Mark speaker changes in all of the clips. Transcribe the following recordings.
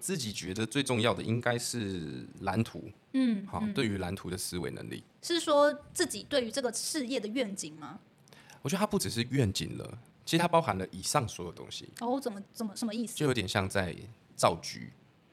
Speaker 1: 自己觉得最重要的应该是蓝图，
Speaker 2: 嗯，
Speaker 1: 好、对于蓝图的思维能力，
Speaker 2: 是说自己对于这个事业的愿景吗？
Speaker 1: 我觉得它不只是愿景了，其实它包含了以上所有东西，
Speaker 2: 哦，怎么怎么什么意思？
Speaker 1: 就有点像在造局，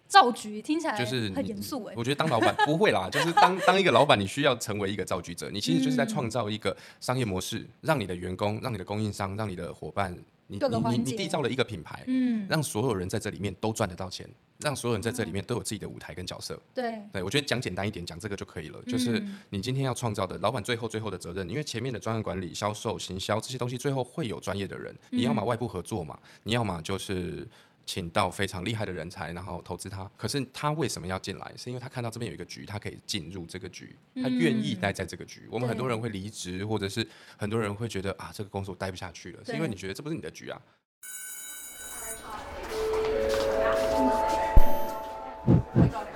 Speaker 2: 造局听起来
Speaker 1: 就是
Speaker 2: 很
Speaker 1: 你
Speaker 2: 严肃哎。
Speaker 1: 我觉得当老 板不会啦，就是当当一个老板，你需要成为一个造局者，你其实就是在创造一个商业模式，让你的员工、让你的供应商、让你的伙伴，你
Speaker 2: 各个
Speaker 1: 你你
Speaker 2: 环
Speaker 1: 你
Speaker 2: 节
Speaker 1: 缔造了一个品牌，
Speaker 2: 嗯，
Speaker 1: 让所有人在这里面都赚得到钱，让所有人在这里面都有自己的舞台跟角色。
Speaker 2: 对，
Speaker 1: 对，我觉得讲简单一点，讲这个就可以了。就是你今天要创造的，老板最后最后的责任，因为前面的专案管理、销售、行销这些东西，最后会有专业的人，你要么外部合作嘛，你要么就是请到非常厉害的人才，然后投资他。可是他为什么要进来？是因为他看到这边有一个局，他可以进入这个局，他愿意待在这个局。我们很多人会离职，或者是很多人会觉得啊，这个公司我待不下去了，是因为
Speaker 2: 对
Speaker 1: 你觉得这不是你的局啊。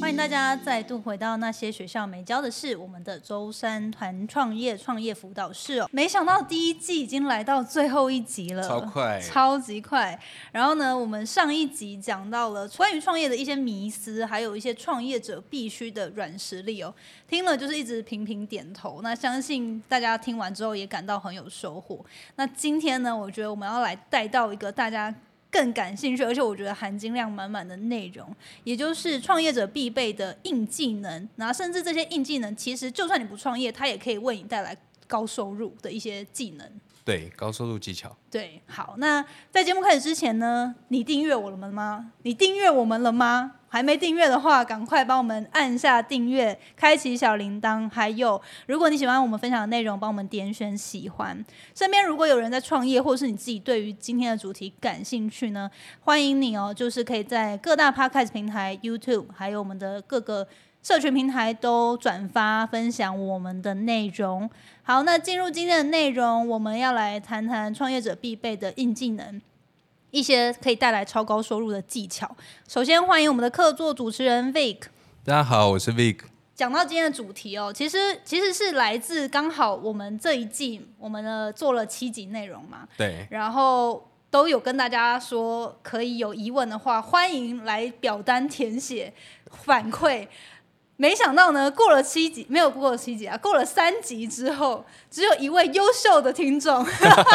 Speaker 2: 欢迎大家再度回到那些学校没教的事，我们的周三团创业创业辅导室哦。没想到第一季已经来到最后一集了，
Speaker 3: 超快
Speaker 2: 超级快。然后呢，我们上一集讲到了关于创业的一些迷思，还有一些创业者必须的软实力哦。听了就是一直频频点头。那相信大家听完之后也感到很有收获。那今天呢，我觉得我们要来带到一个大家更感兴趣，而且我觉得含金量满满的内容，也就是创业者必备的硬技能。然后，甚至这些硬技能，其实就算你不创业，它也可以为你带来高收入的一些技能。
Speaker 1: 对，高收入技巧。
Speaker 2: 对，好，那在节目开始之前呢，你订阅我们了吗？你订阅我们了吗？还没订阅的话，赶快帮我们按下订阅，开启小铃铛。还有，如果你喜欢我们分享的内容，帮我们点选喜欢。身边如果有人在创业，或是你自己对于今天的主题感兴趣呢，欢迎你哦，就是可以在各大 podcast 平台、YouTube，还有我们的各个社群平台都转发分享我们的内容。好，那进入今天的内容，我们要来谈谈创业者必备的硬技能，一些可以带来超高收入的技巧。首先，欢迎我们的客座主持人 Vic。
Speaker 3: 大家好，我是 Vic。
Speaker 2: 讲到今天的主题哦，其实其实是来自刚好我们这一季我们的做了七集内容嘛，
Speaker 3: 对，
Speaker 2: 然后都有跟大家说，可以有疑问的话，欢迎来表单填写反馈。没想到呢，过了七集，没有过了七集啊，过了三集之后，只有一位优秀的听众，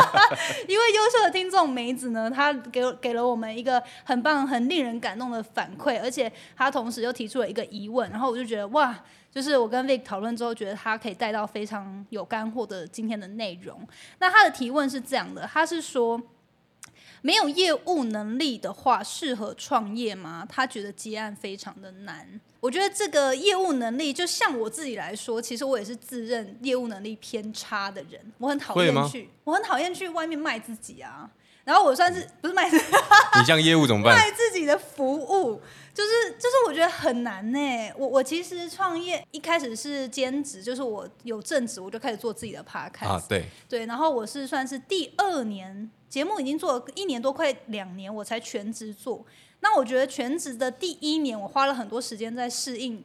Speaker 2: 一位优秀的听众梅子呢，她给我给了我们一个很棒、很令人感动的反馈，而且她同时又提出了一个疑问，然后我就觉得哇，就是我跟 Vic 讨论之后，觉得他可以带到非常有干货的今天的内容。那他的提问是这样的，他是说。没有业务能力的话，适合创业吗？他觉得接案非常的难。我觉得这个业务能力，就像我自己来说，其实我也是自认业务能力偏差的人。我很讨
Speaker 1: 会
Speaker 2: 厌
Speaker 1: 吗
Speaker 2: 去，我很讨厌去外面卖自己啊。然后我算是不是 卖自己啊
Speaker 1: 你这样业务怎么 办？
Speaker 2: 卖自己的服务，就是就是我觉得很难呢、我我其实创业一开始是兼职，就是我有正职我就开始做自己的 podcast，、
Speaker 1: 啊，对，
Speaker 2: 对，然后我是算是第二年节目已经做了一年多，快两年，我才全职做。那我觉得全职的第一年，我花了很多时间在适应，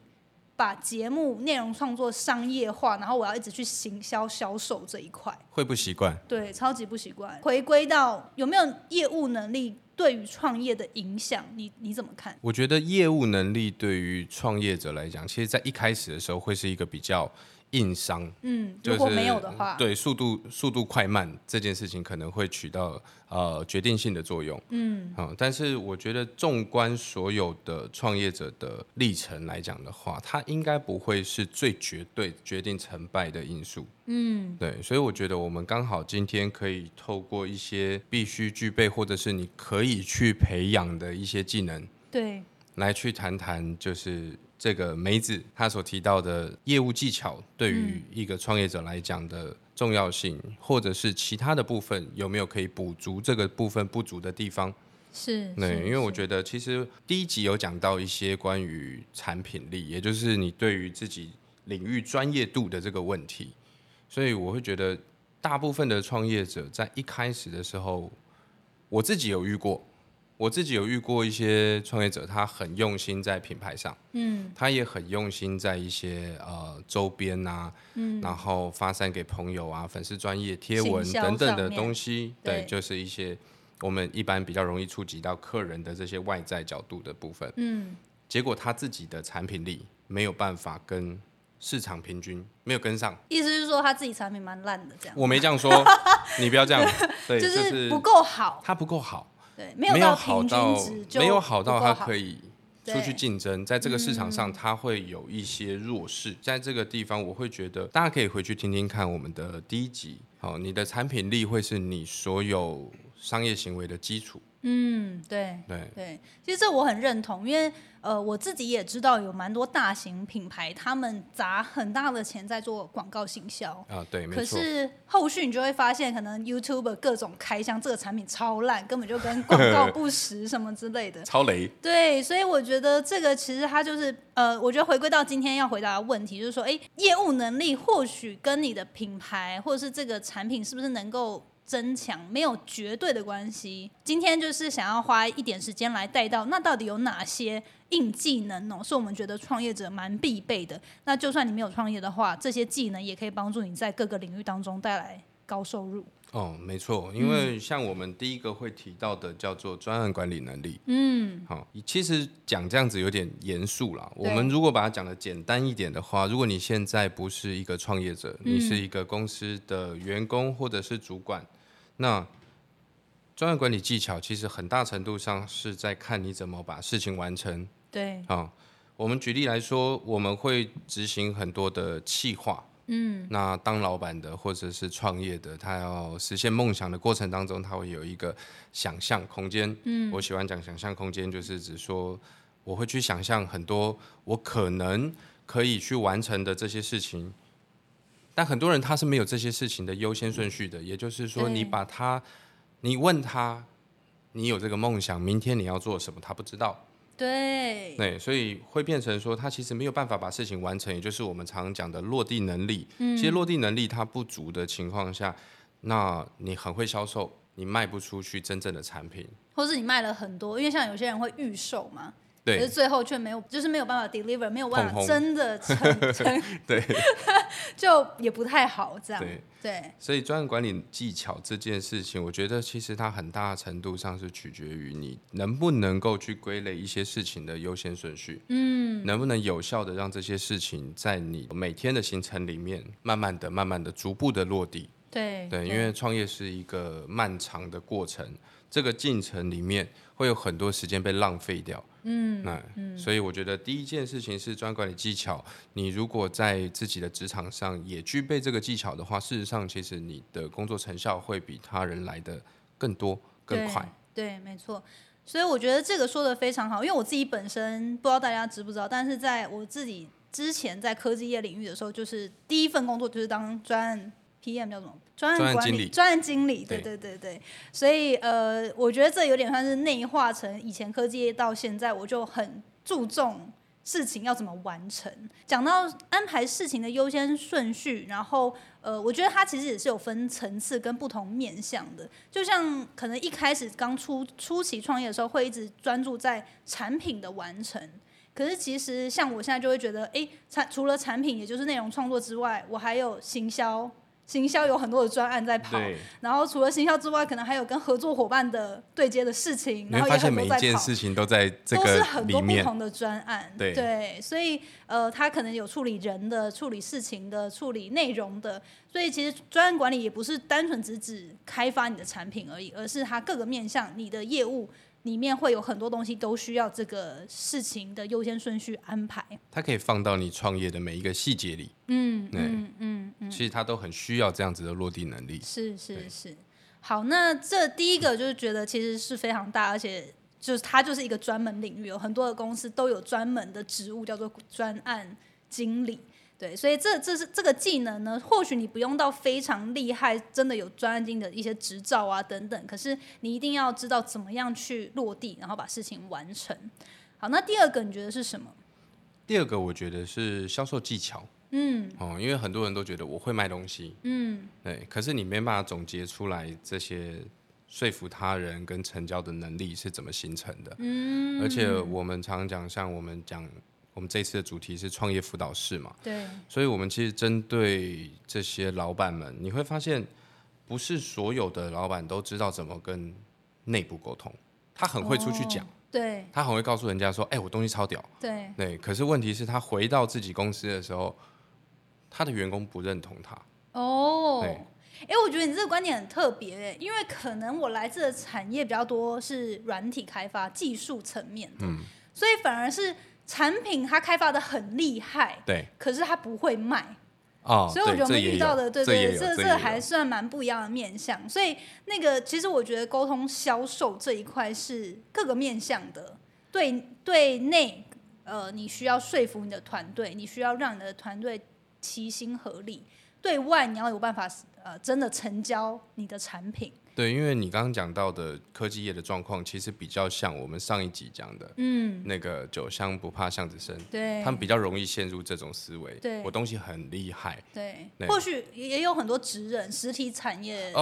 Speaker 2: 把节目内容创作商业化，然后我要一直去行销销售这一块。
Speaker 3: 会不习惯。
Speaker 2: 对，超级不习惯。回归到有没有业务能力对于创业的影响，你你怎么看？
Speaker 1: 我觉得业务能力对于创业者来讲，其实在一开始的时候会是一个比较硬伤，
Speaker 2: 嗯，
Speaker 1: 就是
Speaker 2: 如果没有的话，
Speaker 1: 对速度速度快慢这件事情可能会起到呃决定性的作用。嗯，啊、但是我觉得纵观所有的创业者的历程来讲的话，它应该不会是最绝对决定成败的因素。嗯，对，所以我觉得我们刚好今天可以透过一些必须具备或者是你可以去培养的一些技能。
Speaker 2: 对，
Speaker 1: 来去谈谈，就是这个梅子她所提到的业务技巧对于一个创业者来讲的重要性，或者是其他的部分有没有可以补足这个部分不足的地方？
Speaker 2: 是，
Speaker 1: 对，因为我
Speaker 2: 得
Speaker 1: 觉得其实第一集有讲到一些关于产品力，也就是你对于自己领域专业度的这个问题，所以我会觉得大部分的创业者在一开始的时候，我自己有遇过，我自己有遇过一些创业者，他很用心在品牌上，
Speaker 2: 嗯
Speaker 1: 他也很用心在一些呃周边啊，
Speaker 2: 嗯
Speaker 1: 然后发散给朋友啊、粉丝专业贴文
Speaker 2: 行销
Speaker 1: 等等
Speaker 2: 上
Speaker 1: 的
Speaker 2: 面
Speaker 1: 东西，对，
Speaker 2: 对
Speaker 1: 就是一些我们一般比较容易触及到客人的这些外在角度的部分。
Speaker 2: 嗯
Speaker 1: 结果他自己的产品力没有办法跟市场平均，没有跟上。
Speaker 2: 意思是说他自己产品蛮烂的，这样
Speaker 1: 我没这样 说，你不要这样，对，
Speaker 2: 就
Speaker 1: 就是
Speaker 2: 不，够好，
Speaker 1: 他不够好，
Speaker 2: 对，没
Speaker 1: 没
Speaker 2: 有到
Speaker 1: 好
Speaker 2: 平
Speaker 1: 到
Speaker 2: 均值就
Speaker 1: 没有好到
Speaker 2: 不够
Speaker 1: 他可以出
Speaker 2: 对嗯
Speaker 1: 去竞争，在这个市场上他会有一些弱势，在这个地方我会觉得大家可以回去听听看我们的第一集，好，你的产品力会是你所有商业行为的基础，
Speaker 2: 嗯，对。
Speaker 1: 对，
Speaker 2: 对，其实这我很认同，因为呃，我自己也知道有蛮多大型品牌，他们砸很大的钱在做广告行销，
Speaker 1: 啊，对，没
Speaker 2: 可
Speaker 1: 错，
Speaker 2: 是后续你就会发现，可能 YouTube 各种开箱，这个产品超烂，根本就跟广告不实什么之类的。
Speaker 1: 超雷，
Speaker 2: 对，所以我觉得这个其实它就是呃，我觉得回归到今天要回答的问题，就是说，哎，业务能力或许跟你的品牌或者是这个产品是不是能够增强，没有绝对的关系。今天就是想要花一点时间来带到，那到底有哪些硬技能哦，是我们觉得创业者蛮必备的。那就算你没有创业的话，这些技能也可以帮助你在各个领域当中带来高收入。
Speaker 1: 哦，没错，因为像我们第一个会提到的叫做专案管理能力，
Speaker 2: 嗯，
Speaker 1: 好，其实讲这样子有点严肃啦。我
Speaker 2: 对
Speaker 1: 们如果把它讲的简单一点的话，如果你现在不是一个创业者，你
Speaker 2: 嗯
Speaker 1: 是一个公司的员工或者是主管，那专业管理技巧其实很大程度上是在看你怎么把事情完成。
Speaker 2: 对，
Speaker 1: 啊、我们举例来说，我们会执行很多的企划。嗯，那当老板的或者是创业的，他要实现梦想的过程当中，他会有一个想象空间。嗯，我喜欢讲想象空间，就是指说我会去想象很多我可能可以去完成的这些事情。但很多人他是没有这些事情的优先顺序的，也就是说，
Speaker 2: 对
Speaker 1: 你把他，你问他，你有这个梦想，明天你要做什么，他不知道。
Speaker 2: 对，
Speaker 1: 对，所以会变成说，他其实没有办法把事情完成，也就是我们常讲的落地能力。其
Speaker 2: 嗯
Speaker 1: 实落地能力它不足的情况下，那你很会销售，你卖不出去真正的产品。
Speaker 2: 或是你卖了很多，因为像有些人会预售嘛，可是
Speaker 1: 对，
Speaker 2: 最后却没有，就是没有办法 deliver，没有办
Speaker 1: 捧
Speaker 2: 法
Speaker 1: 红
Speaker 2: 真的成成，
Speaker 1: 对，
Speaker 2: 就也不太好这样。
Speaker 1: 对
Speaker 2: 对
Speaker 1: 所以专案管理技巧这件事情，我觉得其实它很大程度上是取决于你能不能够去归类一些事情的优先顺序，嗯，能不能有效的让这些事情在你每天的行程里面，慢慢的、慢慢的、逐步的落地。
Speaker 2: 对
Speaker 1: 对，因为创业是一个漫长的过程，这个进程里面会有很多时间被浪费掉。嗯，那、所以我觉得第一件事情是专管理技巧。你如果在自己的职场上也具备这个技巧的话，事实上其实你的工作成效会比他人来的更多更快。
Speaker 2: 对。对，没错。所以我觉得这个说的非常好，因为我自己本身不知道大家知不知道，但是在我自己之前在科技业领域的时候，就是第一份工作就是当专案 PM 叫什么？专
Speaker 1: 专
Speaker 2: 案
Speaker 1: 案
Speaker 2: 管
Speaker 1: 经
Speaker 2: 理、
Speaker 1: 理
Speaker 2: 专案经理，对对
Speaker 1: 对
Speaker 2: 对对。所以呃，我觉得这有点算是内化成以前科技业到现在，我就很注重事情要怎么完成。讲到安排事情的优先顺序，然后呃，我觉得它其实也是有分层次跟不同面向的。就像可能一开始刚出初期创业的时候，会一直专注在产品的完成。可是其实像我现在就会觉得，诶，产除了产品，也就是内容创作之外，我还有行销，行销有很多的专案在跑。然后除了行销之外，可能还有跟合作伙伴的对接的事情，
Speaker 1: 你
Speaker 2: 然
Speaker 1: 会
Speaker 2: 后也
Speaker 1: 发现
Speaker 2: 很多
Speaker 1: 每一
Speaker 2: 在
Speaker 1: 件
Speaker 2: 跑。
Speaker 1: 事情都在这
Speaker 2: 都是
Speaker 1: 个
Speaker 2: 很多
Speaker 1: 里
Speaker 2: 不
Speaker 1: 面。
Speaker 2: 同的专案，
Speaker 1: 对
Speaker 2: 所以呃，他可能有处理人的、处理事情的、处理内容的，所以其实专案管理也不是单纯只指开发你的产品而已，而是它各个面向你的业务里面会有很多东西都需要这个事情的优先顺序安排。
Speaker 1: 它可以放到你创业的每一个细节里。嗯，对，嗯嗯其实它都很需要这样子的落地能力。
Speaker 2: 是是
Speaker 1: 对
Speaker 2: 是，好，那这第一个就是觉得其实是非常大，而且就是它就是一个专门领域，有很多的公司都有专门的职务叫做专案经理。对，所以这这是这个技能呢，或许你不用到非常厉害，真的有专案经理的一些执照啊等等，可是你一定要知道怎么样去落地，然后把事情完成。好，那第二个你觉得是什么？
Speaker 1: 第二个我觉得是销售技巧。嗯，哦，因为很多人都觉得我会卖东西，嗯，对，可是你没办法总结出来这些说服他人跟成交的能力是怎么形成的。
Speaker 2: 嗯，
Speaker 1: 而且我们常讲，像我们讲我们这次的主题是创业辅导室嘛，
Speaker 2: 对，
Speaker 1: 所以我们其实针对这些老板们，你会发现，不是所有的老板都知道怎么跟内部沟通，他很会出去讲，
Speaker 2: 哦，对
Speaker 1: 他很会告诉人家说，哎、我东西超屌，
Speaker 2: 对，
Speaker 1: 对，可是问题是，他回到自己公司的时候，他的员工不认同他。
Speaker 2: 哦，
Speaker 1: 对
Speaker 2: 哎、我觉得你这个观点很特别、欸，因为可能我来自的产业比较多是软体开发技术层面的，所以反而是产品它开发的很厉害，
Speaker 1: 对，
Speaker 2: 可是它不会卖，
Speaker 1: 哦，
Speaker 2: 所以我
Speaker 1: 对
Speaker 2: 觉得我
Speaker 1: 这
Speaker 2: 们
Speaker 1: 也
Speaker 2: 遇到
Speaker 1: 有
Speaker 2: 的，对
Speaker 1: 这也
Speaker 2: 对，
Speaker 1: 有
Speaker 2: 这
Speaker 1: 这也有
Speaker 2: 还算蛮不一样的面向。所以那个，其实我觉得沟通销售这一块是各个面向的，对对内，呃，你需要说服你的团队，你需要让你的团队齐心合力；对外，你要有办法，呃，真的成交你的产品。
Speaker 1: 对，因为你刚刚讲到的科技业的状况，其实比较像我们上一集讲的
Speaker 2: 嗯，
Speaker 1: 那个“酒香不怕巷子深”，
Speaker 2: 对，
Speaker 1: 他们比较容易陷入这种思维。
Speaker 2: 对
Speaker 1: 我东西很厉害，
Speaker 2: 对，
Speaker 1: 对
Speaker 2: 或许也也有很多职人，实体产业
Speaker 1: 哦，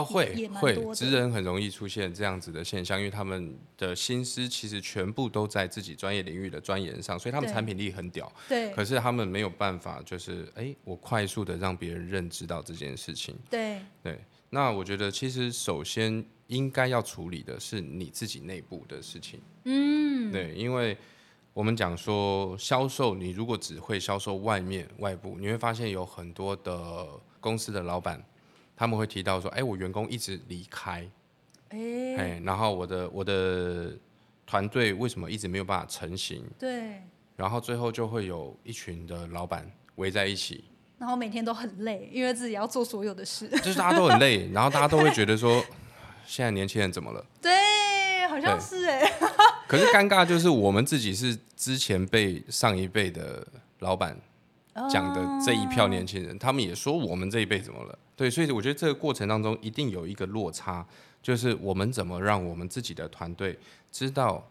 Speaker 1: 会
Speaker 2: 也蛮
Speaker 1: 会，
Speaker 2: 多
Speaker 1: 职
Speaker 2: 的。
Speaker 1: 人很容易出现这样子的现象，因为他们的心思其实全部都在自己专业领域的钻研上，所以他们
Speaker 2: 对
Speaker 1: 产品力很屌，
Speaker 2: 对
Speaker 1: 可是他们没有办法，就是哎，我快速的让别人认知到这件事情。
Speaker 2: 对
Speaker 1: 对，那我觉得其实首先应该要处理的是你自己内部的事情。嗯，对，因为我们讲说销售，你如果只会销售外面外部，你会发现有很多的公司的老板。他们会提到说：“哎，我员工一直离开，
Speaker 2: 哎、
Speaker 1: 哎，然后我的我的团队为什么一直没有办法成型？
Speaker 2: 对，
Speaker 1: 然后最后就会有一群的老板围在一起，
Speaker 2: 然后每天都很累，因为自己要做所有 的事。
Speaker 1: 就是大家都很累，然后大家都会觉得说，现在年轻人怎么了？
Speaker 2: 对，好像
Speaker 1: 对
Speaker 2: 是哎、欸，
Speaker 1: 可是尴尬就是我们自己是之前被上一辈的老板讲的这一票年轻人，他们也说我们这一辈怎么了？对，所以我觉得这个过程当中一定有一个落差，就是我们怎么让我们自己的团队知道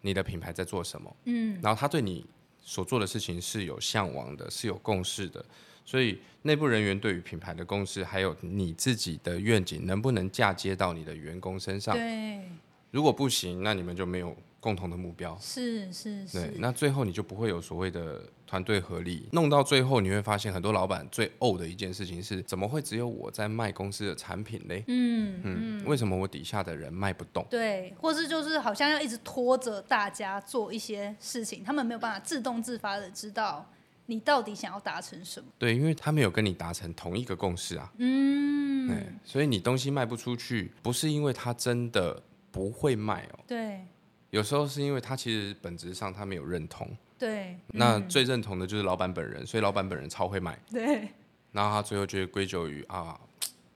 Speaker 1: 你的品牌在做什么，嗯，然后他对你所做的事情是有向往的，是有共识的。所以内部人员对于品牌的共识，还有你自己的愿景，能不能嫁接到你的员工身上？
Speaker 2: 对，
Speaker 1: 如果不行，那你们就没有共同的目标。
Speaker 2: 是是
Speaker 1: 对，
Speaker 2: 是，
Speaker 1: 那最后你就不会有所谓的团队合力。弄到最后，你会发现很多老板最怄的一件事情是：怎么会只有我在卖公司的产品嘞？
Speaker 2: 嗯，
Speaker 1: 嗯，为什么我底下的人卖不动？
Speaker 2: 对，或是就是好像要一直拖着大家做一些事情，他们没有办法自动自发的知道你到底想要达成什么。
Speaker 1: 对，因为他没有跟你达成同一个共识啊。
Speaker 2: 嗯，
Speaker 1: 嗯，所以你东西卖不出去，不是因为他真的不会卖哦，
Speaker 2: 对
Speaker 1: 有时候是因为他其实本质上他没有认同。
Speaker 2: 对
Speaker 1: 那最认同的就是老板本人，所以老板本人超会卖，
Speaker 2: 对，
Speaker 1: 然后他最后就会归咎于啊，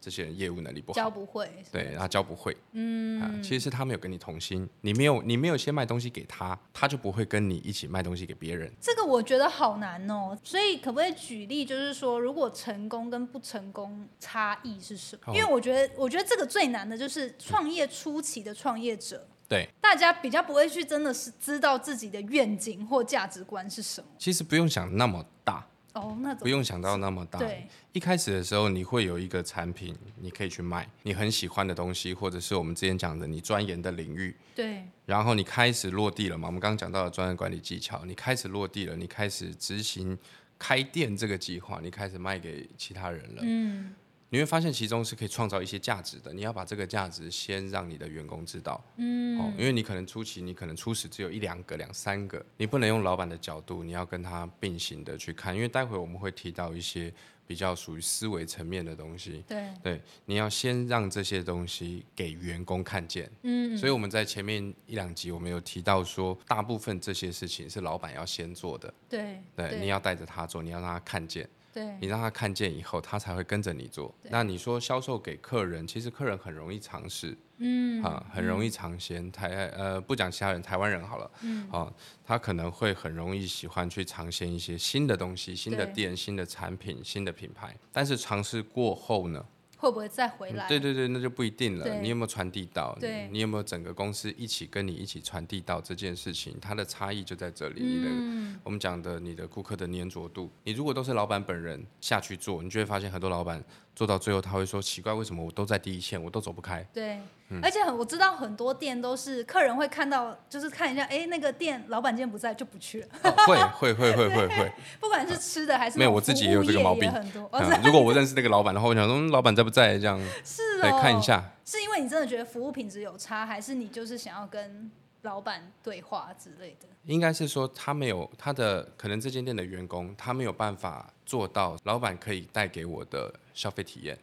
Speaker 1: 这些人业务能力不好
Speaker 2: 教。不会。
Speaker 1: 对，然后教不会，嗯、其实是他没有跟你同心，你没有你没有先卖东西给他，他就不会跟你一起卖东西给别人。
Speaker 2: 这个我觉得好难哦，所以可不可以举例，就是说，如果成功跟不成功差异是什
Speaker 1: 哦
Speaker 2: 么？因为我觉得，我觉得这个最难的就是创业初期的创业者，
Speaker 1: 对，
Speaker 2: 大家比较不会去真的是知道自己的愿景或价值观是什么。
Speaker 1: 其实不用想那么大，
Speaker 2: 哦，那怎
Speaker 1: 不
Speaker 2: 么
Speaker 1: 用想到那么大。
Speaker 2: 对，
Speaker 1: 一开始的时候你会有一个产品，你可以去卖，你很喜欢的东西，或者是我们之前讲的你钻研的领域，
Speaker 2: 对
Speaker 1: 然后你开始落地了嘛？我们刚刚讲到的专业管理技巧，你开始落地了，你开始执行开店这个计划，你开始卖给其他人了。嗯，你会发现其中是可以创造一些价值的。你要把这个价值先让你的员工知道。嗯，哦，因为你可能初期你可能初始只有一两个、两三个，你不能用老板的角度，你要跟他并行的去看。因为待会我们会提到一些比较属于思维层面的东西。
Speaker 2: 对，
Speaker 1: 对，你要先让这些东西给员工看见。
Speaker 2: 嗯，
Speaker 1: 所以我们在前面一两集，我们有提到说，大部分这些事情是老板要先做的，
Speaker 2: 对
Speaker 1: 对，你要带着他做，你要让他看见，
Speaker 2: 对
Speaker 1: 你让他看见以后，他才会跟着你做。那你说销售给客人，其实客人很容易尝试，嗯，啊，很容易尝鲜。台呃，不讲其他人，台湾人好了，嗯，啊，他可能会很容易喜欢去尝鲜一些新的东西、新的
Speaker 2: 对
Speaker 1: 店、新的产品、新的品牌，但是尝试过后呢，
Speaker 2: 会不会再回来？
Speaker 1: 嗯对对对，那就不一定了。
Speaker 2: 对
Speaker 1: 你有没有传递到？
Speaker 2: 对
Speaker 1: 你有没有整个公司一起跟你一起传递到这件事情？它的差异就在这里。
Speaker 2: 嗯
Speaker 1: 你的我们讲的你的顾客的粘着度，你如果都是老板本人下去做，你就会发现很多老板做到最后，他会说奇怪，为什么我都在第一线，我都走不开？
Speaker 2: 对，而且很我知道很多店都是客人会看到，就是看一下，哎，那个店老板今天不在就不去了，
Speaker 1: 哦会会会会会 会，
Speaker 2: 不管是吃的还是
Speaker 1: 没有，
Speaker 2: 那种
Speaker 1: 我自己
Speaker 2: 服务
Speaker 1: 也有这个
Speaker 2: 业
Speaker 1: 毛病。
Speaker 2: 很多，哦
Speaker 1: 嗯，如果我认识那个老板的话，我想说，嗯老板在不在？这样
Speaker 2: 是
Speaker 1: 来
Speaker 2: 哦，
Speaker 1: 看一下。
Speaker 2: 是因为你真的觉得服务品质有差，还是你就是想要跟老板对话之类的？
Speaker 1: 应该是说他没有他的可能这间店的员工他没有办法做到老板可以带给我的消费体验，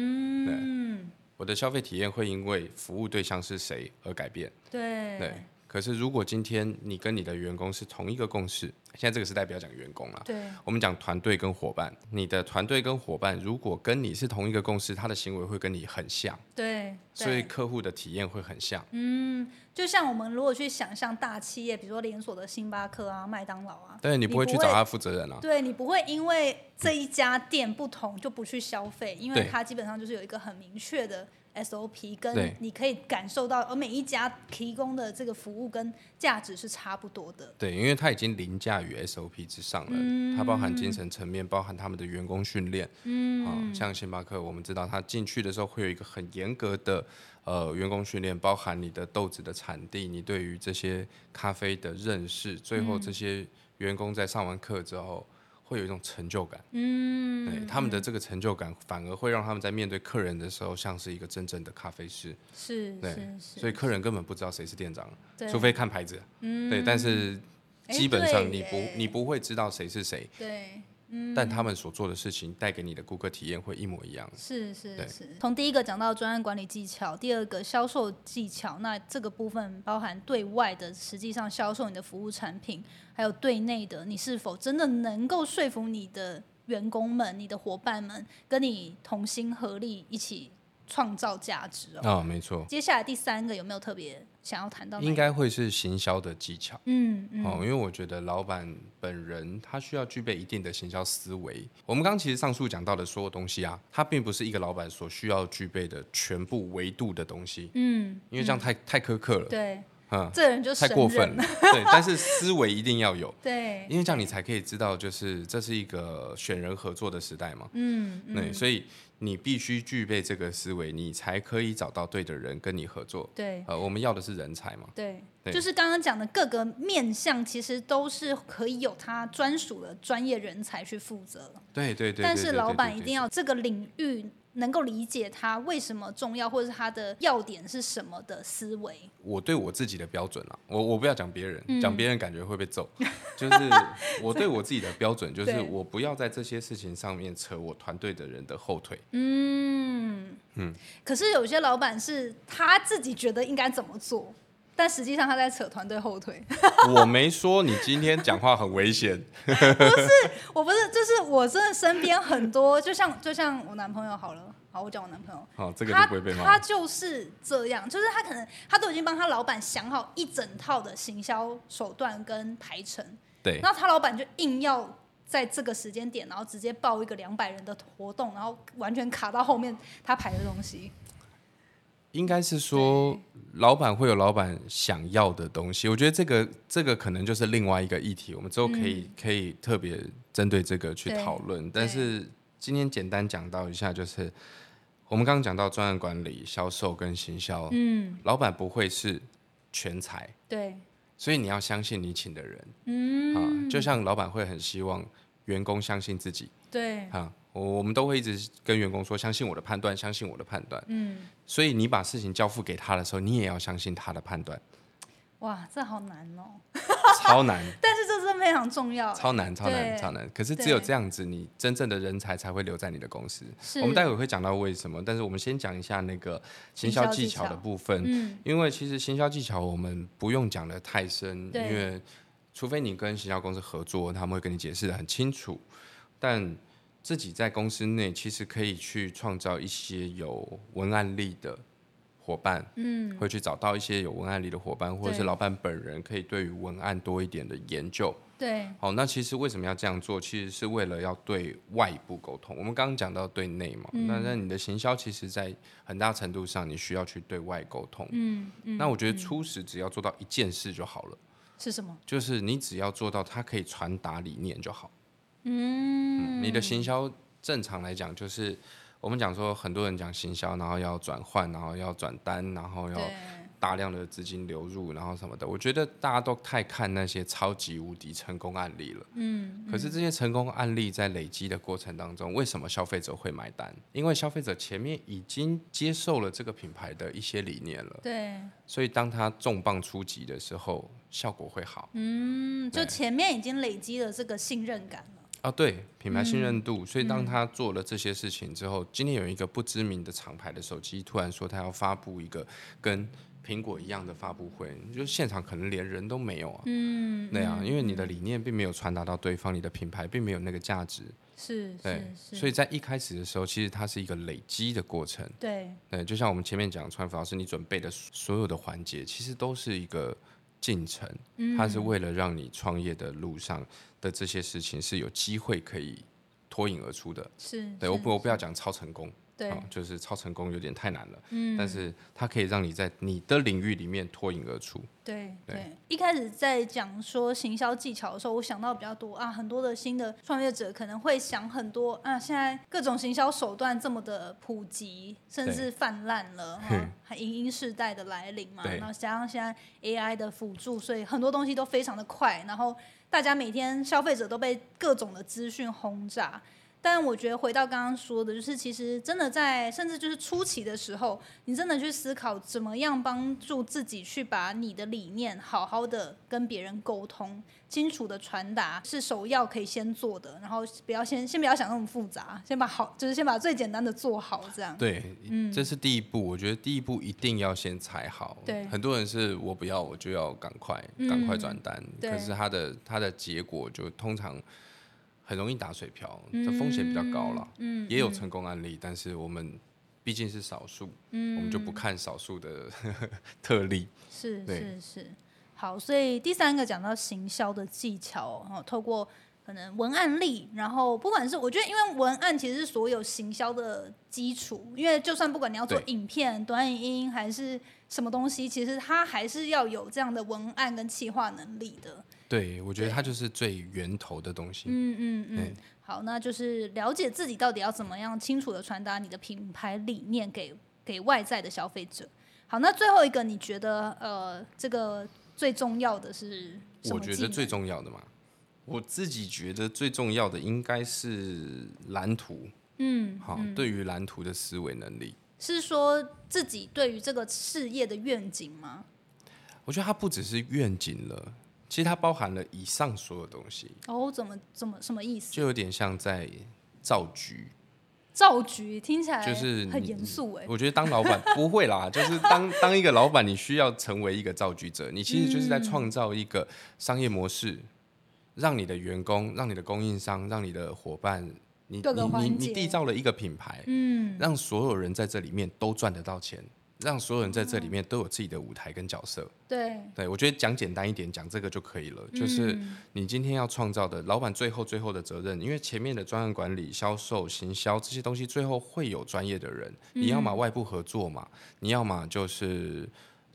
Speaker 2: 嗯，
Speaker 1: 我的消费体验会因为服务对象是谁而改变。
Speaker 2: 对
Speaker 1: 对，可是如果今天你跟你的员工是同一个共识，现在这个时代不要讲员工了。
Speaker 2: 对
Speaker 1: 我们讲团队跟伙伴，你的团队跟伙伴如果跟你是同一个共识，他的行为会跟你很像，
Speaker 2: 对
Speaker 1: 所以
Speaker 2: 对
Speaker 1: 客户的体验会很像。
Speaker 2: 嗯，就像我们如果去想象大企业，比如说连锁的星巴克啊、麦当劳啊，
Speaker 1: 但是你
Speaker 2: 你
Speaker 1: 不会
Speaker 2: 不
Speaker 1: 去找
Speaker 2: 会
Speaker 1: 他负责人啊。
Speaker 2: 对你不会因为这一家店不同就不去消费，因为
Speaker 1: 对
Speaker 2: 它基本上就是有一个很明确的 SOP，跟
Speaker 1: 对
Speaker 2: 你可以感受到，而哦每一家提供的这个服务跟价值是差不多的。
Speaker 1: 对，因为它已经凌驾于 SOP 之上了，它包含精神层面，包含他们的员工训练。嗯，啊、像星巴克，我们知道它进去的时候会有一个很严格的呃员工训练，包含你的豆子的产地，你对于这些咖啡的认识，最后这些员工在上完课之后。会有一种成就感，嗯，对他们的这个成就感，反而会让他们在面对客人的时候，像是一个真正的咖啡师，
Speaker 2: 是
Speaker 1: 对
Speaker 2: 是是，
Speaker 1: 所以客人根本不知道谁是店长，
Speaker 2: 对嗯
Speaker 1: 除非看牌子。对，但是基本
Speaker 2: 诶
Speaker 1: 上
Speaker 2: 对
Speaker 1: 你不
Speaker 2: 耶嗯
Speaker 1: 你不会知道谁是谁，
Speaker 2: 对。
Speaker 1: 但他们所做的事情带给你的顾客体验会一模一样。
Speaker 2: 是是
Speaker 1: 对
Speaker 2: 是，从第一个讲到专案管理技巧，第二个销售技巧，那这个部分包含对外的，实际上销售你的服务产品，还有对内的，你是否真的能够说服你的员工们、你的伙伴们，跟你同心合力一起创造价值哦。
Speaker 1: 啊、没错，
Speaker 2: 接下来第三个有没有特别想要谈到哪一个？
Speaker 1: 应该会是行销的技巧。
Speaker 2: 嗯嗯，
Speaker 1: 哦，因为我觉得老板本人他需要具备一定的行销思维。我们刚刚其实上述讲到的所有东西啊，它并不是一个老板所需要具备的全部维度的东西，
Speaker 2: 嗯，
Speaker 1: 因为这样太太苛刻了，
Speaker 2: 对，
Speaker 1: 嗯，
Speaker 2: 这人就
Speaker 1: 太
Speaker 2: 神
Speaker 1: 过分
Speaker 2: 人
Speaker 1: 了。对，但是思维一定要有。
Speaker 2: 对，
Speaker 1: 因为这样你才可以知道，就是这是一个选人合作的时代嘛。
Speaker 2: 嗯嗯，
Speaker 1: 对，所以你必须具备这个思维，你才可以找到对的人跟你合作。
Speaker 2: 对。
Speaker 1: 呃，我们要的是人才嘛。
Speaker 2: 对，
Speaker 1: 对
Speaker 2: 就是刚刚讲的各个面向，其实都是可以有他专属的专业人才去负责，
Speaker 1: 对对对。
Speaker 2: 但
Speaker 1: 对
Speaker 2: 是
Speaker 1: 对
Speaker 2: 老
Speaker 1: 对
Speaker 2: 板
Speaker 1: 对
Speaker 2: 一
Speaker 1: 对
Speaker 2: 定要这个领域能够理解他为什么重要，或者是他的要点是什么的思维。
Speaker 1: 我对我自己的标准啊，我我不要讲别人，
Speaker 2: 嗯
Speaker 1: 讲别人感觉会被 揍。就是我对我自己的标准，就是
Speaker 2: 对
Speaker 1: 我不要在这些事情上面扯我团队的人的后腿。
Speaker 2: 嗯可是有些老板是他自己觉得应该怎么做，但实际上他在扯团队后腿。
Speaker 1: 我没说你今天讲话很危险，
Speaker 2: 我不是，就是我真的身边很多，就像就像我男朋友好了，好，我讲我男朋友，
Speaker 1: 好、哦这个
Speaker 2: 他
Speaker 1: 就不会被
Speaker 2: 他
Speaker 1: 骂。
Speaker 2: 就是这样，就是他可能他都已经帮他老板想好一整套的行销手段跟排程，
Speaker 1: 对
Speaker 2: 然后他老板就硬要在这个时间点，然后直接报一个两百人的活动，然后完全卡到后面他排的东西。
Speaker 1: 应该是说，老板会有老板想要的东西。我觉得这个这个可能就是另外一个议题，我们之后可以、可以特别针对这个去
Speaker 2: 嗯对
Speaker 1: 讨论。但是今天简单讲到一下，就是我们刚刚讲到专案管理、销售跟行销，
Speaker 2: 嗯，
Speaker 1: 老板不会是全才，
Speaker 2: 对，
Speaker 1: 所以你要相信你请的人。嗯，啊，就像老板会很希望员工相信自己
Speaker 2: 对，
Speaker 1: 啊。我我们都会一直跟员工说，相信我的判断，相信我的判断。
Speaker 2: 嗯，
Speaker 1: 所以你把事情交付给他的时候，你也要相信他的判断，
Speaker 2: 哇，这好难哦，
Speaker 1: 超难，
Speaker 2: 但是这是非常重要。
Speaker 1: 超难，超
Speaker 2: 对
Speaker 1: 难，超难。可是只有
Speaker 2: 对
Speaker 1: 这样子，你真正的人才才会留在你的公司。
Speaker 2: 是
Speaker 1: 我们待会会讲到为什么，但是我们先讲一下那个行
Speaker 2: 销
Speaker 1: 销
Speaker 2: 技
Speaker 1: 技
Speaker 2: 巧
Speaker 1: 巧的部分，
Speaker 2: 嗯
Speaker 1: 因为其实行销技巧我们不用讲的太深，因
Speaker 2: 对
Speaker 1: 为除非你跟行销公司合作，他们会跟你解释的很清楚，但。自己在公司内其实可以去创造一些有文案力的伙伴，
Speaker 2: 嗯，
Speaker 1: 会去找到一些有文案力的伙伴，或者是
Speaker 2: 对
Speaker 1: 老板本人可以对于文案多一点的研究。
Speaker 2: 对，
Speaker 1: 好，那其实为什么要这样做？其实是为了要对外部沟通。我们刚刚讲到对内嘛，
Speaker 2: 嗯
Speaker 1: 那那你的行销其实，在很大程度上你需要去对外沟通。
Speaker 2: 嗯嗯，
Speaker 1: 那我觉得初始只要做到一件事就好了，
Speaker 2: 是什么？
Speaker 1: 就是你只要做到它可以传达理念就好。
Speaker 2: 嗯，
Speaker 1: 你的行销正常来讲就是，我们讲说很多人讲行销，然后要转换，然后要转单，然后要
Speaker 2: 对，
Speaker 1: 大量的资金流入，然后什么的。我觉得大家都太看那些超级无敌成功案例了。
Speaker 2: 嗯，
Speaker 1: 可是这些成功案例在累积的过程当中，为什么消费者会买单？因为消费者前面已经接受了这个品牌的一些理念了，
Speaker 2: 对，
Speaker 1: 所以当他重磅出击的时候，效果会好。
Speaker 2: 嗯，就
Speaker 1: 对
Speaker 2: 前面已经累积了这个信任感了，
Speaker 1: 啊，对品牌信
Speaker 2: 嗯
Speaker 1: 任度，所以当他做了这些事情之后，今天有一个不知名的厂牌的手机突然说他要发布一个跟苹果一样的发布会，就现场可能连人都没有啊。
Speaker 2: 嗯，
Speaker 1: 那样，
Speaker 2: 嗯
Speaker 1: 因为你的理念并没有传达到对方，你的品牌并没有那个价值，
Speaker 2: 是
Speaker 1: 对
Speaker 2: 是，是，
Speaker 1: 所以
Speaker 2: 以
Speaker 1: 在一开始的时候，其实它是一个累积的过程，
Speaker 2: 对，
Speaker 1: 对，就像我们前面讲，川福老师，你准备的所有的环节，其实都是一个进程，它
Speaker 2: 嗯
Speaker 1: 是为了让你创业的路上的这些事情是有机会可以脱颖而出的。
Speaker 2: 是，
Speaker 1: 对我
Speaker 2: 是
Speaker 1: 不我不要讲超成功，
Speaker 2: 对嗯
Speaker 1: 啊，就是超成功有点太难了，但是它可以让你在你的领域里面脱颖而出，
Speaker 2: 对
Speaker 1: 对
Speaker 2: 对，一开始在讲说行销技巧的时候，我想到比较多啊，很多的新的创业者可能会想很多啊，现在各种行销手段这么的普及，甚
Speaker 1: 对
Speaker 2: 至泛滥 了，哈
Speaker 1: 哼，
Speaker 2: 还影音时代的来临嘛，
Speaker 1: 对
Speaker 2: 然后加上现在 AI 的辅助，所以很多东西都非常的快，然后大家每天消费者都被各种的资讯轰炸。但我觉得回到刚刚说的，就是其实真的在甚至就是初期的时候，你真的去思考怎么样帮助自己去把你的理念好好的跟别人沟通，清楚的传达是首要可以先做的，然后不要先先不要想那么复杂，先把好就是先把最简单的做好，这样。
Speaker 1: 对，这是第一步。我觉得第一步一定要先踩好。
Speaker 2: 对
Speaker 1: 很多人是我不要，我就要赶快赶快转单，
Speaker 2: 对
Speaker 1: 可是他的他的结果就通常很容易打水漂，这风险比较高了。嗯，也有成功案例，但是我们。毕竟是少数，我们就不看少数的 特例。
Speaker 2: 是
Speaker 1: 对
Speaker 2: 是是，好，所以第三个讲到行销的技巧哦，哦透过可能文案力，然后不管是我觉得，因为文案其实是所有行销的基础，因为就算不管你要做
Speaker 1: 对
Speaker 2: 影片、短影音还是什么东西，其实它还是要有这样的文案跟企划能力的。
Speaker 1: 对，我觉得它就是最源头的东西。
Speaker 2: 嗯嗯嗯
Speaker 1: 对，
Speaker 2: 好，那就是了解自己到底要怎么样清楚的传达你的品牌理念给给外在的消费者。好，那最后一个你觉得呃，这个最重要的是什
Speaker 1: 我
Speaker 2: 么
Speaker 1: 觉
Speaker 2: 技
Speaker 1: 得
Speaker 2: 能
Speaker 1: 最重要的嘛，我自己觉得最重要的应该是蓝图。
Speaker 2: 嗯，
Speaker 1: 好，对于蓝图的思维能力，
Speaker 2: 是说自己对于这个事业的愿景吗？
Speaker 1: 我觉得它不只是愿景了，其实它包含了以上所有东西，
Speaker 2: 哦，怎么怎么什么意思？
Speaker 1: 就有点像在造局。
Speaker 2: 造局听起来
Speaker 1: 就是
Speaker 2: 哎很
Speaker 1: 你
Speaker 2: 严肃哎、
Speaker 1: 我觉得当老板不会啦，就是当当一个老板，你需要成为一个造局者，你其实
Speaker 2: 嗯
Speaker 1: 就是在创造一个商业模式，让你的员工、让你的供应商、让你的伙伴，你
Speaker 2: 各个
Speaker 1: 你你
Speaker 2: 环节
Speaker 1: 你缔造了一个品牌，
Speaker 2: 嗯，
Speaker 1: 让所有人在这里面都赚得到钱，让所有人在这
Speaker 2: 哦
Speaker 1: 里面都有自己的舞台跟角色。
Speaker 2: 对，
Speaker 1: 对，我觉得讲简单一点，讲这个就可以了。
Speaker 2: 嗯
Speaker 1: 就是你今天要创造的，老板最后最后的责任，因为前面的专案管理、销售、行销这些东西，最后会有专业的人。
Speaker 2: 嗯
Speaker 1: 你要么外部合作嘛，你要么就是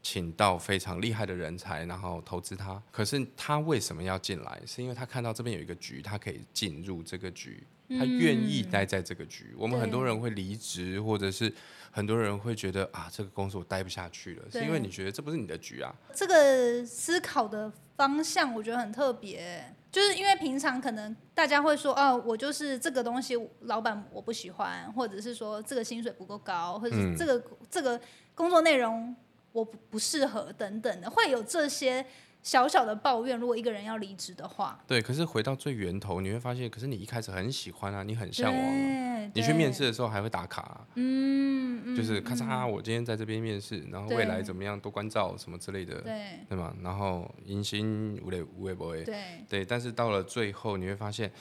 Speaker 1: 请到非常厉害的人才，然后投资他。可是他为什么要进来？是因为他看到这边有一个局，他可以进入这个局。他愿意
Speaker 2: 嗯
Speaker 1: 待在这个局，我们很多
Speaker 2: 对
Speaker 1: 人会离职，或者是很多人会觉得啊，这个公司我待不下去了，是因
Speaker 2: 对
Speaker 1: 为你觉得这不是你的局啊，
Speaker 2: 这个思考的方向，我觉得很特别，就是因为平常可能大家会说，哦，我就是这个东西，老板我不喜欢，或者是说这个薪水不够高，或者是
Speaker 1: 嗯
Speaker 2: 这个、这个工作内容我不不适合等等的，会有这些小小的抱怨。如果一个人要离职的话，
Speaker 1: 对，可是回到最源头，你会发现，可是你一开始很喜欢啊，你很
Speaker 2: 对
Speaker 1: 向往、啊，你去
Speaker 2: 对
Speaker 1: 面试的时候还会打卡啊、
Speaker 2: 嗯，嗯
Speaker 1: 就是咔
Speaker 2: 嗯
Speaker 1: 嚓，我今天在这边面试，然后
Speaker 2: 对
Speaker 1: 未来怎么样，多关照什么之类的，
Speaker 2: 对
Speaker 1: 对吗？然后迎新无累无微不微，
Speaker 2: 对
Speaker 1: 对，但是到了最后你会发现，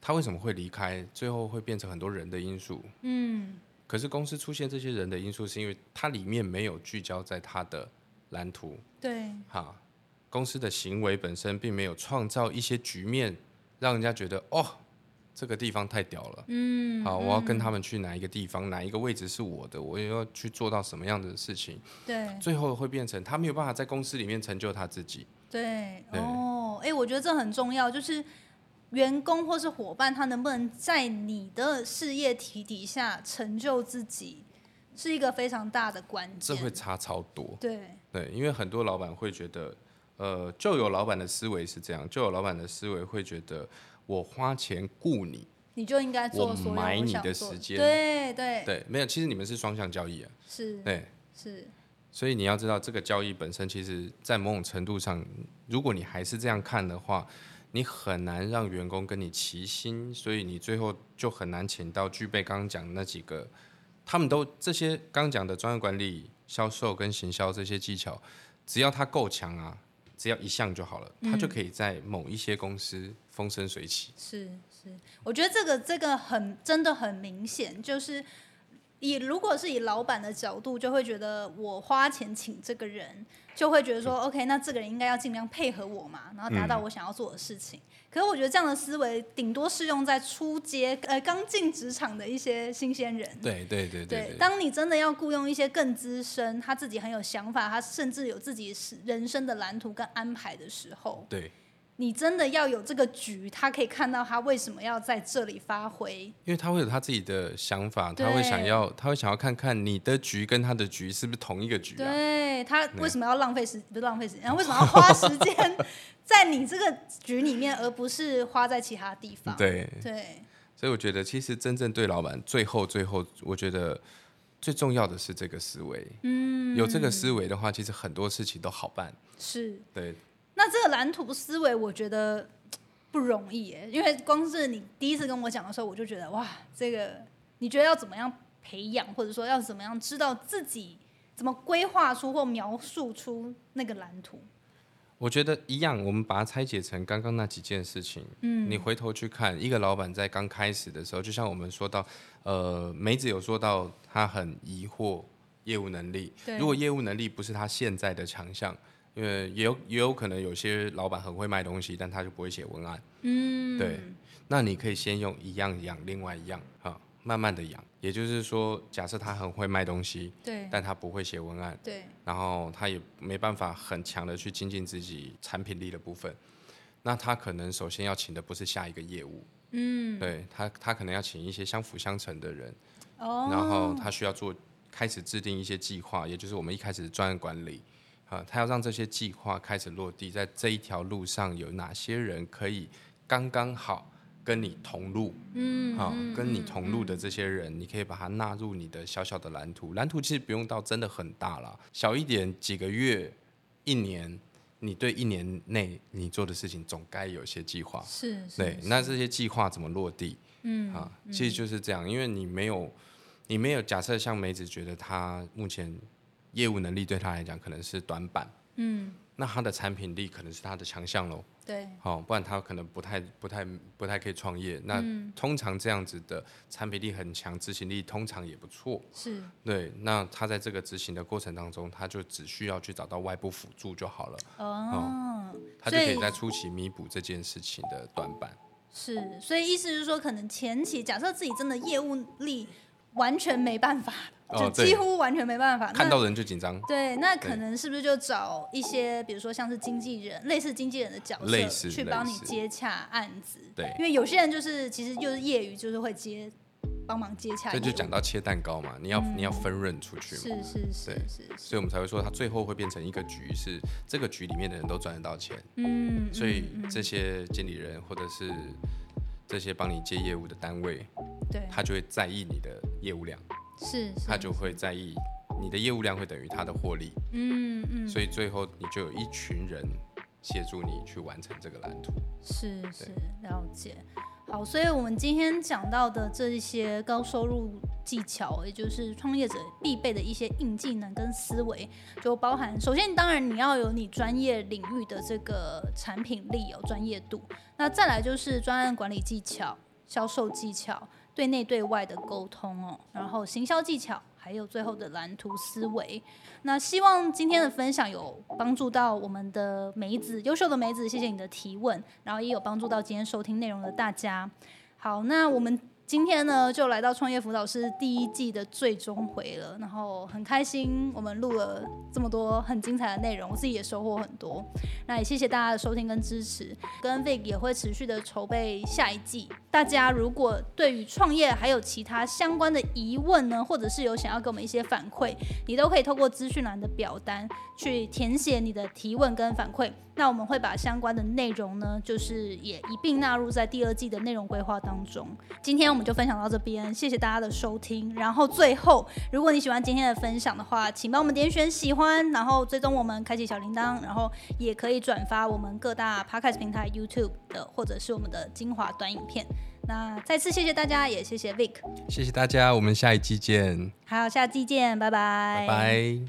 Speaker 1: 他为什么会离开，最后会变成很多人的因素。
Speaker 2: 嗯，
Speaker 1: 可是公司出现这些人的因素，是因为它里面没有聚焦在它的蓝图，
Speaker 2: 对
Speaker 1: 哈，公司的行为本身并没有创造一些局面，让人家觉得哦，这个地方太屌了。嗯，好，我要跟他们去哪一个地方，哪一个位置是我的，我要去做到什么样的事情，
Speaker 2: 对
Speaker 1: 最后会变成他没有办法在公司里面成就他自己。
Speaker 2: 对
Speaker 1: 对
Speaker 2: 哦，哎、我觉得这很重要，就是员工或是伙伴他能不能在你的事业体底下成就自己，是一个非常大的关
Speaker 1: 这
Speaker 2: 键。
Speaker 1: 会差超多。
Speaker 2: 对，
Speaker 1: 对，因为很多老板会觉得，呃，就有老板的思维是这样，就有老板的思维会觉得，我花钱雇你，
Speaker 2: 你就应该做
Speaker 1: 我
Speaker 2: 所有
Speaker 1: 买你
Speaker 2: 想
Speaker 1: 的
Speaker 2: 做
Speaker 1: 时间
Speaker 2: 对对
Speaker 1: 对，没有，其实你们是双向交易啊，
Speaker 2: 是
Speaker 1: 对，
Speaker 2: 是，
Speaker 1: 所以你要知道，这个交易本身其实，在某种程度上，如果你还是这样看的话，你很难让员工跟你齐心，所以你最后就很难请到具备刚刚讲的那几个，他们都这些刚刚讲的专业管理、销售跟行销这些技巧，只要他够强啊，只要一项就好了，他就可以在某一些公司风生水起。
Speaker 2: 是是，我觉得这个这个很真的很明显，就是以如果是以老板的角度，就会觉得我花钱请这个人，就会觉得说、o k 那这个人应该要尽量配合我嘛，然后达
Speaker 3: 嗯
Speaker 2: 到我想要做的事情。可是我觉得这样的思维，顶多适用在初阶呃刚进职场的一些新鲜人。
Speaker 3: 对对对
Speaker 2: 对
Speaker 3: 对，对，
Speaker 2: 当你真的要雇佣一些更资深，他自己很有想法，他甚至有自己是人生的蓝图跟安排的时候，
Speaker 3: 对，
Speaker 2: 你真的要有这个局，他可以看到他为什么要在这里发挥。
Speaker 1: 因为他会有他自己的想法，
Speaker 2: 对
Speaker 1: 他会想要，他会想要看看你的局跟他的局是不是同一个局啊？
Speaker 2: 对他为什么要浪费时不是浪费时间， 为什么要花时间在你这个局里面，而不是花在其他地方？
Speaker 1: 对，
Speaker 2: 对
Speaker 1: 所以我觉得，其实真正对老板，最后最后，我觉得最重要的是这个思维。嗯，有这个思维的话，其实很多事情都好办。
Speaker 2: 是。
Speaker 1: 对，
Speaker 2: 那这个蓝图思维，我觉得嘖不容易耶，因为光是你第一次跟我讲的时候，我就觉得哇，这个你觉得要怎么样培养，或者说要怎么样知道自己怎么规划出或描述出那个蓝图？
Speaker 1: 我觉得一样，我们把它拆解成刚刚那几件事情。嗯，你回头去看，一个老板在刚开始的时候，就像我们说到，呃，梅子有说到他很疑惑业务能力
Speaker 2: 对。
Speaker 1: 如果业务能力不是他现在的强项，因为也有也有可能有些老板很会卖东西，但他就不会写文案。
Speaker 2: 嗯，
Speaker 1: 对，那你可以先用一样养另外一样啊，慢慢的养。也就是说，假设他很会卖东西，
Speaker 2: 对
Speaker 1: 但他不会写文案，
Speaker 2: 对
Speaker 1: 然后他也没办法很强的去精进自己产品力的部分，那他可能首先要请的不是下一个业务，嗯，对他他可能要请一些相辅相成的人，
Speaker 2: 哦，
Speaker 1: 然后他需要做开始制定一些计划，也就是我们一开始的专案管理啊，他要让这些计划开始落地，在这一条路上有哪些人可以刚刚好跟你同路，嗯，啊，跟你同路的这些人，你可以把它纳入你的小小的蓝图，蓝图其实不用到真的很大啦，小一点，几个月、一年。你对一年内你做的事情总该有些计划，
Speaker 2: 是，是
Speaker 1: 对，
Speaker 2: 是
Speaker 1: 那这些计划怎么落地？嗯啊，其实就是这样，因为你没有，你没有假设像梅子觉得他目前业务能力对他来讲可能是短板，
Speaker 2: 嗯，
Speaker 1: 那他的产品力可能是他的强项喽。
Speaker 2: 对
Speaker 1: 好、不然他可能不太、不太、不太可以创业。那
Speaker 2: 嗯
Speaker 1: 通常这样子的产品力很强，执行力通常也不错。
Speaker 2: 是
Speaker 1: 对，那他在这个执行的过程当中，他就只需要去找到外部辅助就好了，
Speaker 2: 哦，
Speaker 1: 他就可
Speaker 2: 所
Speaker 1: 以
Speaker 2: 以
Speaker 1: 在初期弥补这件事情的短板。
Speaker 2: 是，所以意思是说，可能前期假设自己真的业务力完全没办法，
Speaker 1: 哦
Speaker 2: 就
Speaker 1: 对
Speaker 2: 几乎完全没办法，
Speaker 1: 看
Speaker 2: 那
Speaker 1: 到人就紧张。
Speaker 2: 对，那可
Speaker 1: 对
Speaker 2: 能是不是就找一些，比如说像是经纪人，类似经纪人的角
Speaker 1: 类
Speaker 2: 色，
Speaker 1: 似
Speaker 2: 去
Speaker 1: 类
Speaker 2: 帮你
Speaker 1: 似
Speaker 2: 接洽案子？
Speaker 1: 对
Speaker 2: 因为有些人就是其实就是业余，就是会接帮忙接洽业
Speaker 1: 这
Speaker 2: 务。
Speaker 1: 就讲到切蛋糕嘛，你要、你要分润出去嘛，
Speaker 2: 嗯是是是
Speaker 1: 对
Speaker 2: 是是，
Speaker 1: 所以我们才会说它最后会变成一个局，是这个局里面的人都赚得到钱，
Speaker 2: 嗯，
Speaker 1: 所以
Speaker 2: 嗯嗯
Speaker 1: 这些经理人或者是这些帮你接业务的单位，
Speaker 2: 对，
Speaker 1: 他就会在意你的业务量，
Speaker 2: 是是
Speaker 1: 他就会在意你的业务量会等于他的获利，
Speaker 2: 嗯嗯
Speaker 1: 所以最后你就有一群人协助你去完成这个蓝图。
Speaker 2: 是是了解。好，所以我们今天讲到的这一些高收入技巧，也就是创业者必备的一些硬技能跟思维，就包含首先，当然你要有你专业领域的这个产品力有专业度，那再来就是专案管理技巧、销售技巧、对内对外的沟通哦，然后行销技巧，还有最后的蓝图思维。那希望今天的分享有帮助到我们的梅子，优秀的梅子，谢谢你的提问，然后也有帮助到今天收听内容的大家。好，那我们今天呢，就来到《创业辅导师》第一季的最终回了，然后很开心，我们录了这么多很精彩的内容，我自己也收获很多。那也谢谢大家的收听跟支持，跟 Vic 也会持续的筹备下一季。大家如果对于创业还有其他相关的疑问呢，或者是有想要给我们一些反馈，你都可以透过资讯栏的表单去填写你的提问跟反馈。那我们会把相关的内容呢，就是也一并纳入在第二季的内容规划当中。今天我们就分享到这边，谢谢大家的收听。然后最后，如果你喜欢今天的分享的话，请帮我们点选喜欢，然后追踪我们，开启小铃铛，然后也可以转发我们各大 podcast 平台、YouTube 的或者是我们的精华短影片。那再次谢谢大家，也谢谢 Vic，
Speaker 3: 谢谢大家，我们下一季见，
Speaker 2: 还有下季见，拜拜，
Speaker 3: 拜拜。